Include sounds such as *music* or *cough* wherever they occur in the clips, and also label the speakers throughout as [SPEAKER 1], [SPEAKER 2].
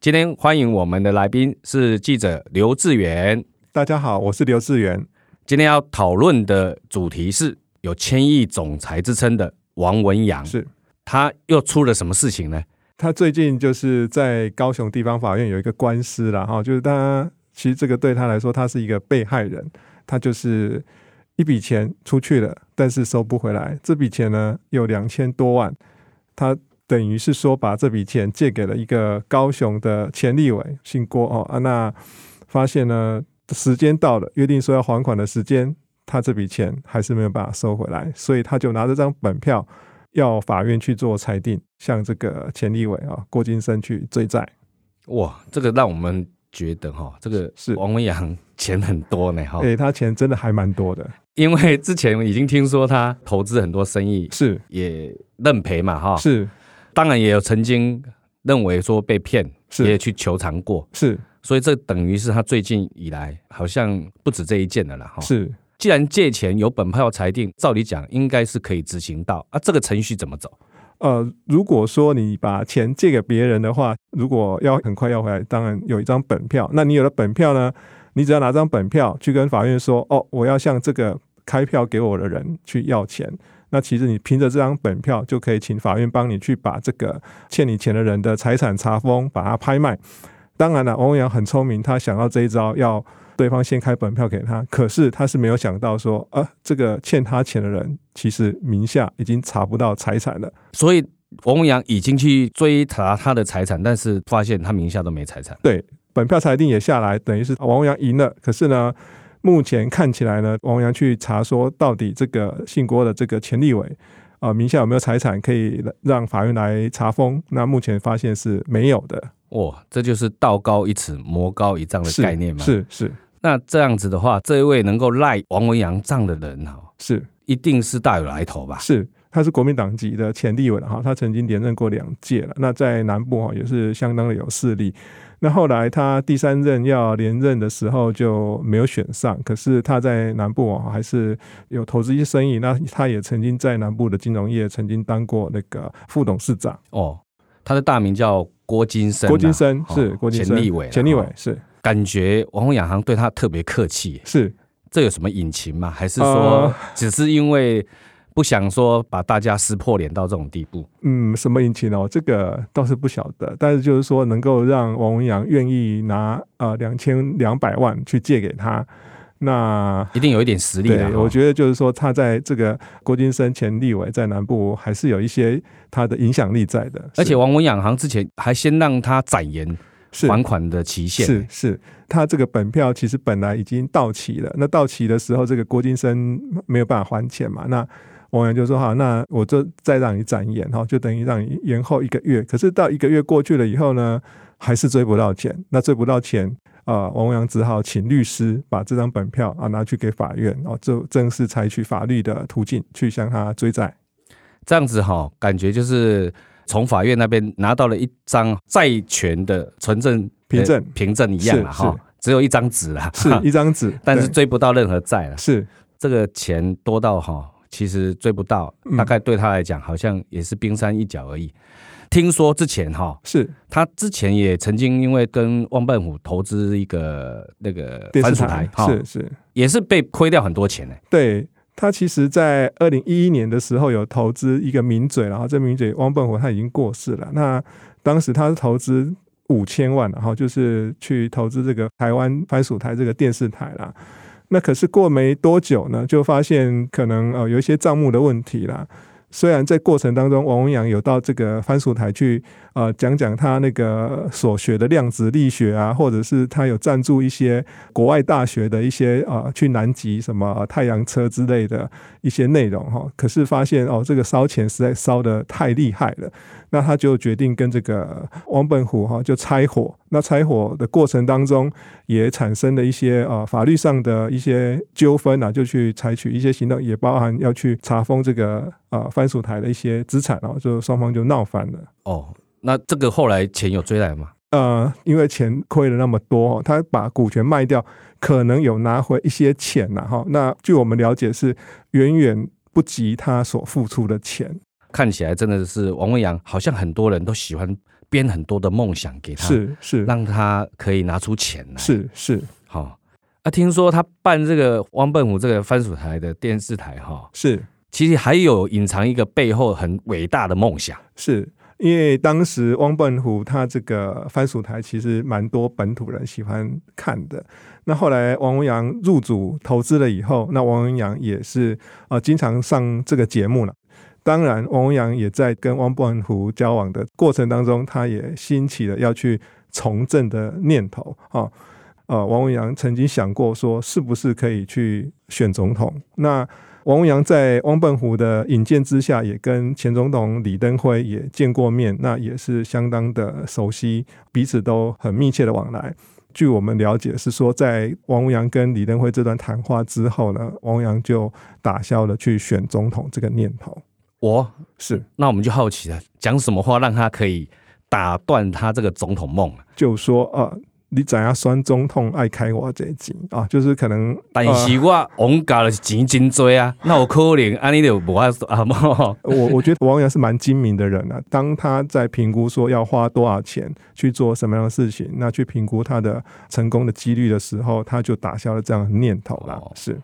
[SPEAKER 1] 今天欢迎我们的来宾是记者刘志远。
[SPEAKER 2] 大家好，我是刘志远。
[SPEAKER 1] 今天要讨论的主题是有千亿总裁之称的王文洋，
[SPEAKER 2] 是
[SPEAKER 1] 他又出了什么事情呢？
[SPEAKER 2] 他最近就是在高雄地方法院有一个官司啦，哈，就是他其实这个对他来说，他是一个被害人，他就是一笔钱出去了，但是收不回来。这笔钱呢有两千多万，他等于是说把这笔钱借给了一个高雄的前立委，姓郭哦啊，那发现呢时间到了，约定说要还款的时间，他这笔钱还是没有办法收回来，所以他就拿这张本票要法院去做裁定，向这个前立委啊、郭金生去追债。
[SPEAKER 1] 哇，这个让我们觉得哈，这个
[SPEAKER 2] 是
[SPEAKER 1] 王文洋钱很多呢哈，
[SPEAKER 2] 诶、他钱真的还蛮多的，
[SPEAKER 1] 因为之前已经听说他投资很多生意，
[SPEAKER 2] 是
[SPEAKER 1] 也认赔嘛，哈，，
[SPEAKER 2] 是
[SPEAKER 1] 当然也有曾经认为说被骗，
[SPEAKER 2] 是
[SPEAKER 1] 也去求偿过，
[SPEAKER 2] 是
[SPEAKER 1] 所以这等于是他最近以来好像不止这一件了啦，哈。，
[SPEAKER 2] 是，
[SPEAKER 1] 既然借钱有本票裁定，照理讲应该是可以执行到啊，这个程序怎么走？
[SPEAKER 2] 呃，如果说你把钱借给别人的话，如果要很快要回来，当然有一张本票。那你有了本票呢，你只要拿张本票去跟法院说，哦，我要向这个开票给我的人去要钱。那其实你凭着这张本票就可以请法院帮你去把这个欠你钱的人的财产查封，把它拍卖。当然了，王文洋很聪明，他想到这一招，要对方先开本票给他。可是他是没有想到说，啊，这个欠他钱的人其实名下已经查不到财产了。
[SPEAKER 1] 所以王文洋已经去追查他的财产，但是发现他名下都没财产。
[SPEAKER 2] 对，本票裁定也下来，等于是王文洋赢了。可是呢，目前看起来呢，王文洋去查说到底这个姓郭的这个钱立伟啊、呃名下有没有财产可以让法院来查封？那目前发现是没有的，
[SPEAKER 1] 哇，这就是道高一尺，魔高一丈的
[SPEAKER 2] 是
[SPEAKER 1] 概念嘛。。
[SPEAKER 2] 是是
[SPEAKER 1] 那这样子的话，这一位能够赖王文洋账的人哈，
[SPEAKER 2] 是
[SPEAKER 1] 一定是大有来头吧？
[SPEAKER 2] 是，他是国民党籍的前立委了哈，他曾经连任过两届了。那在南部哈也是相当的有势力。那后来他第三任要连任的时候就没有选上，可是他在南部哦还是有投资一些生意。那他也曾经在南部的金融业曾经当过那个副董事长，
[SPEAKER 1] 哦，他的大名叫郭金生啊、
[SPEAKER 2] 郭金生
[SPEAKER 1] 哦
[SPEAKER 2] 是郭金生，
[SPEAKER 1] 前立委啦，
[SPEAKER 2] 前立委
[SPEAKER 1] 哦
[SPEAKER 2] 是
[SPEAKER 1] 感觉王文洋好像对他特别客气，
[SPEAKER 2] 是
[SPEAKER 1] 这有什么隐情吗？还是说
[SPEAKER 2] 呃
[SPEAKER 1] 只是因为不想说把大家撕破脸到这种地步？
[SPEAKER 2] 嗯，什么引擎哦？这个倒是不晓得，但是就是说，能够让王文洋愿意拿呃两千两百万去借给他，那
[SPEAKER 1] 一定有一点实力啊哦的、
[SPEAKER 2] 对，我觉得就是说，他在这个郭金生前立委在南部还是有一些他的影响力在的，
[SPEAKER 1] 而且王文洋好像之前还先让他展延
[SPEAKER 2] 是
[SPEAKER 1] 还款的期限，
[SPEAKER 2] 是是，他这个本票其实本来已经到期了，那到期的时候，这个郭金生 *laughs* 没有办法还钱嘛，那王源就说好，那我就再让你展延哈，就等于让你延后一个月。可是到一个月过去了以后呢，还是追不到钱，那追不到钱。啊、王文洋只好请律师把这张本票啊拿去给法院，哦，这正式采取法律的途径去向他追债。
[SPEAKER 1] 这样子哈、感觉就是从法院那边拿到了一张债权的存证
[SPEAKER 2] 凭证
[SPEAKER 1] 呃凭证一样了
[SPEAKER 2] 是
[SPEAKER 1] 哈
[SPEAKER 2] 是，
[SPEAKER 1] 只有一张纸啦， *laughs*
[SPEAKER 2] 是一张纸，
[SPEAKER 1] 但是
[SPEAKER 2] 对
[SPEAKER 1] 追不到任何债了。
[SPEAKER 2] 是
[SPEAKER 1] 这个钱多到哈，其实追不到，
[SPEAKER 2] 嗯
[SPEAKER 1] 大概对他来讲好像也是冰山一角而已。听说之前哈，
[SPEAKER 2] 是
[SPEAKER 1] 他之前也曾经因为跟汪笨虎投资一个那个
[SPEAKER 2] 电
[SPEAKER 1] 番
[SPEAKER 2] 视
[SPEAKER 1] 薯台，
[SPEAKER 2] 台
[SPEAKER 1] 哈，
[SPEAKER 2] 是是
[SPEAKER 1] 也是被亏掉很多钱呢。
[SPEAKER 2] 对他其实，在二零一一年的时候有投资一个名嘴，然后这名嘴汪笨火他已经过世了。那当时他是投资五千万，然后就是去投资这个台湾番薯台这个电视台啦。那可是过没多久呢，就发现可能呃有一些账目的问题啦。虽然在过程当中，王文洋有到这个番薯台去呃讲讲他那个所学的量子力学啊，或者是他有赞助一些国外大学的一些呃去南极什么、呃太阳车之类的一些内容哈、可是发现哦这个烧钱实在烧的太厉害了，那他就决定跟这个汪本虎哈、就拆伙。那拆伙的过程当中，也产生了一些啊、呃法律上的一些纠纷啊，就去采取一些行动，也包含要去查封这个啊、呃番薯台的一些资产啊，就双方就闹翻了。
[SPEAKER 1] 哦，那这个后来钱有追来吗？
[SPEAKER 2] 呃，因为钱亏了那么多，哦他把股权卖掉，可能有拿回一些钱呐、哈、那据我们了解是远远不及他所付出的钱，
[SPEAKER 1] 看起来真的是王文洋，好像很多人都喜欢编很多的梦想给他，
[SPEAKER 2] 是是
[SPEAKER 1] 让他可以拿出钱来。
[SPEAKER 2] 是是
[SPEAKER 1] 好、啊，听说他办这个汪笨虎这个番薯台的电视台哈、
[SPEAKER 2] 是
[SPEAKER 1] 其实还有隐藏一个背后很伟大的梦想。
[SPEAKER 2] 是，因为当时汪笨湖他这个番薯台其实蛮多本土人喜欢看的。那后来王文洋入主投资了以后，那王文洋也是呃经常上这个节目了。当然，王文洋也在跟汪笨湖交往的过程当中，他也兴起了要去从政的念头啊。哦呃，王文洋曾经想过说，是不是可以去选总统？那王文洋在汪笨湖的引荐之下，也跟前总统李登辉也见过面，那也是相当的熟悉，彼此都很密切的往来。据我们了解，是说在王文洋跟李登辉这段谈话之后呢，王文洋就打消了去选总统这个念头。
[SPEAKER 1] 我
[SPEAKER 2] 是，
[SPEAKER 1] 那我们就好奇了，讲什么话让他可以打断他这个总统梦啊？
[SPEAKER 2] 就说呃，你怎样酸总统爱开我这一集啊？就是可能
[SPEAKER 1] 但
[SPEAKER 2] 呃
[SPEAKER 1] 是我王家就是钱真多啊，那有可能安尼就无法说啊嘛。
[SPEAKER 2] 我我觉得王阳是蛮精明的人啊。当他在评估说要花多少钱去做什么样的事情，那去评估他的成功的几率的时候，他就打消了这样的念头啦。
[SPEAKER 1] 哦
[SPEAKER 2] 是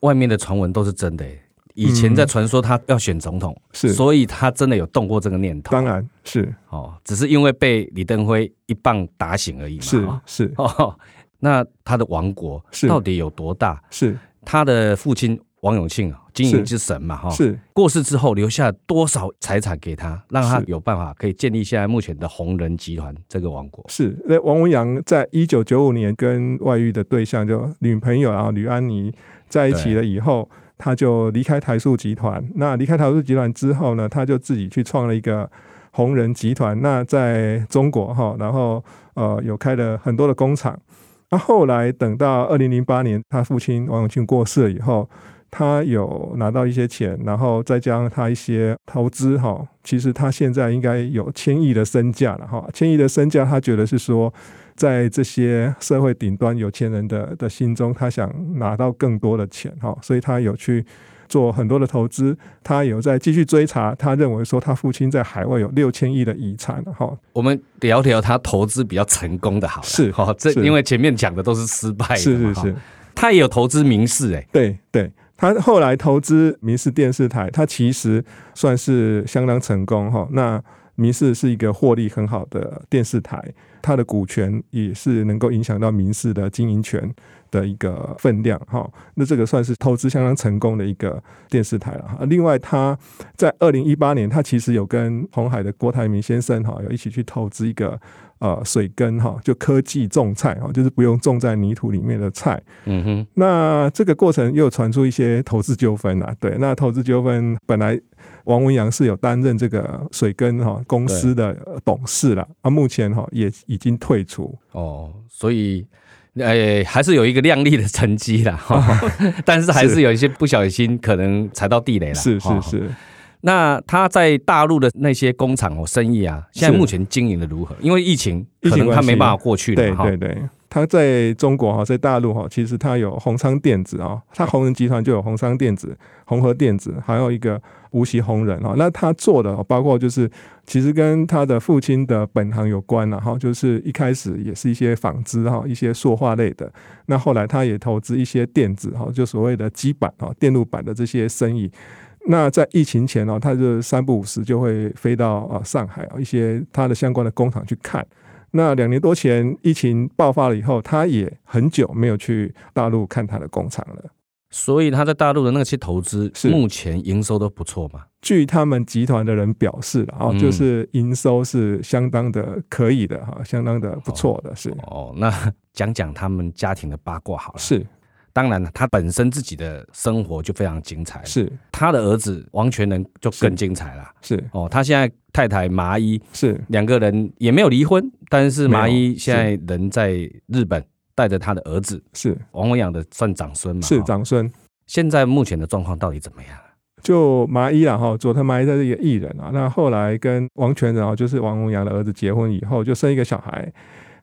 [SPEAKER 1] 外面的传闻都是真的、欸，以前在传说他要选总统，
[SPEAKER 2] 是
[SPEAKER 1] 所以他真的有动过这个念头
[SPEAKER 2] 当。然是
[SPEAKER 1] 哦，只是因为被李登辉一棒打醒而已嘛。
[SPEAKER 2] 是
[SPEAKER 1] 哦
[SPEAKER 2] 是
[SPEAKER 1] 哦，那他的王国
[SPEAKER 2] 是
[SPEAKER 1] 到底有多大？
[SPEAKER 2] 是
[SPEAKER 1] 他的父亲王永庆啊，经营之神嘛，哈、
[SPEAKER 2] 是
[SPEAKER 1] 过世之后留下多少财产给他，让他
[SPEAKER 2] 是
[SPEAKER 1] 有办法可以建立现在目前的红人集团这个王国？
[SPEAKER 2] 是。那王文阳在一九九五年跟外遇的对象就女朋友啊吕安妮在一起了以后。他就离开台塑集团。那离开台塑集团之后呢，他就自己去创了一个红人集团。那在中国哈，然后呃有开了很多的工厂。那后来等到二零零八年，他父亲王永庆过世了以后，他有拿到一些钱，然后再加上他一些投资哈，其实他现在应该有千亿的身价了哈。千亿的身价，他觉得是说。在这些社会顶端有钱人的的心中，他想拿到更多的钱哈，所以他有去做很多的投资，他有在继续追查，他认为说他父亲在海外有六千亿的遗产哈，
[SPEAKER 1] 我们聊聊他投资比较成功的好了，
[SPEAKER 2] 是
[SPEAKER 1] 哦，这
[SPEAKER 2] 是
[SPEAKER 1] 因为前面讲的都是失败的，
[SPEAKER 2] 是是是
[SPEAKER 1] 哦，，他也有投资民事、欸，
[SPEAKER 2] 对对。他后来投资民视电视台，他其实算是相当成功哈。那民视是一个获利很好的电视台，它的股权也是能够影响到民视的经营权的一个分量哈。那这个算是投资相当成功的一个电视台了哈。另外，他在二零一八年，他其实有跟红海的郭台铭先生哈，有一起去投资一个呃水根哈，就科技种菜哈，就是不用种在泥土里面的菜。
[SPEAKER 1] 嗯哼，
[SPEAKER 2] 那这个过程又传出一些投资纠纷啊，对，那投资纠纷本来王文洋是有担任这个水根哈公司的呃董事了，啊，目前哈也已经退出，
[SPEAKER 1] 哦，所以。呃，还是有一个亮丽的成绩啦，
[SPEAKER 2] *laughs*
[SPEAKER 1] 哈、但是还是有一些不小心可能踩到地雷了。
[SPEAKER 2] 是
[SPEAKER 1] 哦
[SPEAKER 2] 是是，
[SPEAKER 1] 那他在大陆的那些工厂哦，生意啊，现在目前经营的如何？因为疫情，
[SPEAKER 2] 疫情
[SPEAKER 1] 可能他
[SPEAKER 2] 关系
[SPEAKER 1] 没办法过去
[SPEAKER 2] 对
[SPEAKER 1] 了哈。
[SPEAKER 2] 对对。他在中国哈，在大陆哈，其实他有红商电子啊，他红人集团就有红商电子、红河电子，还有一个无锡红人啊。那他做的包括就是，其实跟他的父亲的本行有关了哈，就是一开始也是一些纺织哈，一些塑化类的，那后来他也投资一些电子哈，就所谓的基板哈、电路板的这些生意。那在疫情前哦，他就三不五时就会飞到啊上海啊一些他的相关的工厂去看。那两年多前疫情爆发了以后，他也很久没有去大陆看他的工厂了。
[SPEAKER 1] 所以他在大陆的那些投资，
[SPEAKER 2] 是
[SPEAKER 1] 目前营收都不错嘛。
[SPEAKER 2] 据他们集团的人表示啊，哦
[SPEAKER 1] 嗯
[SPEAKER 2] 就是营收是相当的可以的哈，相当的不错的，是
[SPEAKER 1] 哦，那讲讲他们家庭的八卦好了。
[SPEAKER 2] 是
[SPEAKER 1] 当然了，他本身自己的生活就非常精彩了。
[SPEAKER 2] 是
[SPEAKER 1] 他的儿子王全仁就更
[SPEAKER 2] 是
[SPEAKER 1] 精彩了。
[SPEAKER 2] 是
[SPEAKER 1] 哦，他现在太太麻衣
[SPEAKER 2] 是
[SPEAKER 1] 两个人也没有离婚，但是麻
[SPEAKER 2] 没有
[SPEAKER 1] 衣现在人在日本。带着他的儿子
[SPEAKER 2] 是
[SPEAKER 1] 王文洋的算长孙嘛，
[SPEAKER 2] 是
[SPEAKER 1] 哈。
[SPEAKER 2] 长孙，
[SPEAKER 1] 现在目前的状况到底怎么样？
[SPEAKER 2] 就麻衣了哈，佐藤麻衣他是一个艺人啊，那后来跟王全仁啊，就是王文洋的儿子结婚以后，就生一个小孩。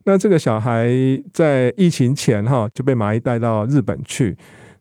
[SPEAKER 2] 那这个小孩在疫情前哈就被麻衣带到日本去，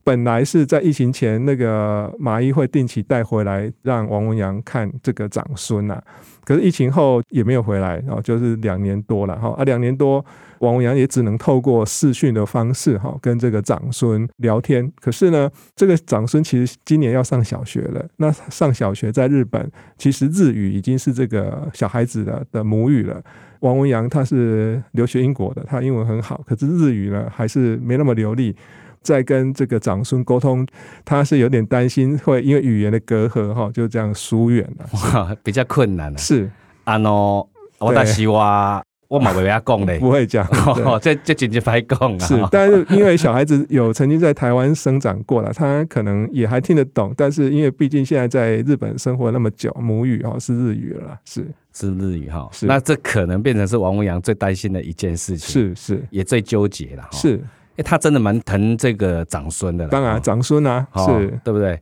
[SPEAKER 2] 本来是在疫情前那个麻衣会定期带回来让王文洋看这个长孙呐、可是疫情后也没有回来，然后就是两年多了哈啊，两年多王文洋也只能透过视讯的方式哈跟这个长孙聊天，可是呢。这个长孙其实今年要上小学了。那上小学在日本，其实日语已经是这个小孩子的的母语了。王文洋他是留学英国的，他英文很好，可是日语呢还是没那么流利。在跟这个长孙沟通，他是有点担心会因为语言的隔阂哈，就这样疏远了。
[SPEAKER 1] 哇， *laughs* 比较困难啊。
[SPEAKER 2] 是
[SPEAKER 1] 啊喏，我
[SPEAKER 2] 对
[SPEAKER 1] 大西哇，我嘛袂晓讲咧
[SPEAKER 2] 不，会讲， *laughs* 对
[SPEAKER 1] 哦这这简直歹讲啊。
[SPEAKER 2] 是，但是因为小孩子有曾经在台湾生长过了，他可能也还听得懂，但是因为毕竟现在在日本生活那么久，母语哦是日语了啦，是
[SPEAKER 1] 是日语哈，
[SPEAKER 2] 是
[SPEAKER 1] 那这可能变成是王文洋最担心的一件事情，
[SPEAKER 2] 是是
[SPEAKER 1] 也最纠结了哈。，
[SPEAKER 2] 是，
[SPEAKER 1] 哎，他真的蛮疼这个长孙的啦，
[SPEAKER 2] 当然
[SPEAKER 1] 哈
[SPEAKER 2] 长孙啊，
[SPEAKER 1] 哦
[SPEAKER 2] 是
[SPEAKER 1] 对不对？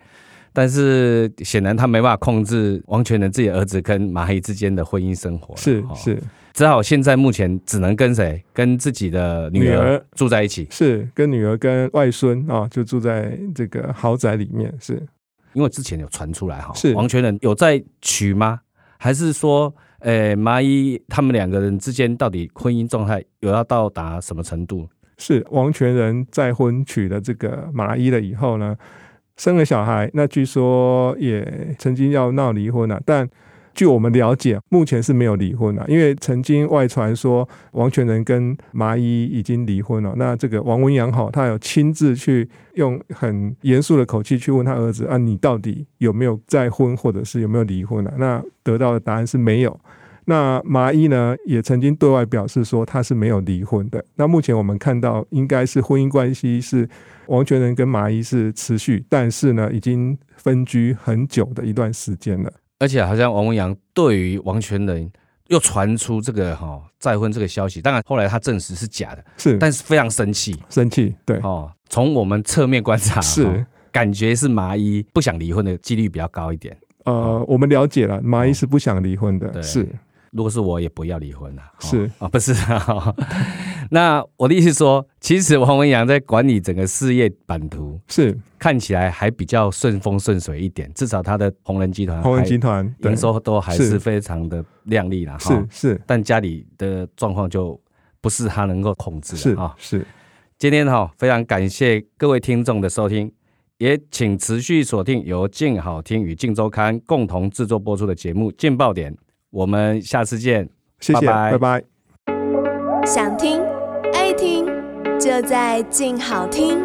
[SPEAKER 1] 但是显然他没办法控制王全仁自己的儿子跟马黑之间的婚姻生活了，
[SPEAKER 2] 是
[SPEAKER 1] 哦，
[SPEAKER 2] 是
[SPEAKER 1] 只好现在目前只能跟谁？跟自己的女
[SPEAKER 2] 女
[SPEAKER 1] 儿
[SPEAKER 2] 儿
[SPEAKER 1] 住在一起，
[SPEAKER 2] 是，跟女儿跟外孙啊就住在这个豪宅里面，是
[SPEAKER 1] 因为之前有传出来哈，
[SPEAKER 2] 是
[SPEAKER 1] 王全仁有在娶吗？还是说，呃，麻衣他们两个人之间到底婚姻状态有要到达什么程度？
[SPEAKER 2] 是王全仁再婚娶了这个马伊了以后呢，生了小孩，那据说也曾经要闹离婚了、啊但据我们了解，目前是没有离婚了、啊因为曾经外传说王全仁跟麻衣已经离婚了。那这个王文洋哈，他有亲自去用很严肃的口气去问他儿子啊，你到底有没有再婚，或者是有没有离婚了、啊那得到的答案是没有。那麻衣呢，也曾经对外表示说他是没有离婚的。那目前我们看到，应该是婚姻关系是王全仁跟麻衣是持续，但是呢，已经分居很久的一段时间了。
[SPEAKER 1] 而且好像王文洋对于王全仁又传出这个哈、再婚这个消息，当然后来他证实是假的，
[SPEAKER 2] 是，
[SPEAKER 1] 但是非常生气
[SPEAKER 2] 生气，对，
[SPEAKER 1] 哦。从我们侧面观察，哦
[SPEAKER 2] *laughs* 是，
[SPEAKER 1] 感觉是麻衣不想离婚的几率比较高一点。
[SPEAKER 2] 呃，我们了解了，麻衣是不想离婚
[SPEAKER 1] 对
[SPEAKER 2] 的，是
[SPEAKER 1] 如果是我，也不要离婚了。哦
[SPEAKER 2] 是
[SPEAKER 1] 啊，不是啊。哦 *laughs* 那我的意思是说，其实王文洋在管理整个事业版图，
[SPEAKER 2] 是，
[SPEAKER 1] 看起来还比较顺风顺水一点，至少他的红人集团
[SPEAKER 2] 红人
[SPEAKER 1] 啊
[SPEAKER 2] 集
[SPEAKER 1] 还
[SPEAKER 2] 团，对
[SPEAKER 1] 营，收都还
[SPEAKER 2] 是
[SPEAKER 1] 是非常的亮丽啦。哈
[SPEAKER 2] 是是
[SPEAKER 1] 但家里的状况就不是他能够控制
[SPEAKER 2] 是
[SPEAKER 1] 的啊。
[SPEAKER 2] 是，
[SPEAKER 1] 今天哈、非常感谢各位听众的收听，也请持续锁定由静好听与静周刊共同制作播出的节目《劲爆点》，我们下次见。
[SPEAKER 2] 谢谢，
[SPEAKER 1] 拜拜
[SPEAKER 2] 拜拜。
[SPEAKER 3] 想听爱听，就在静好听。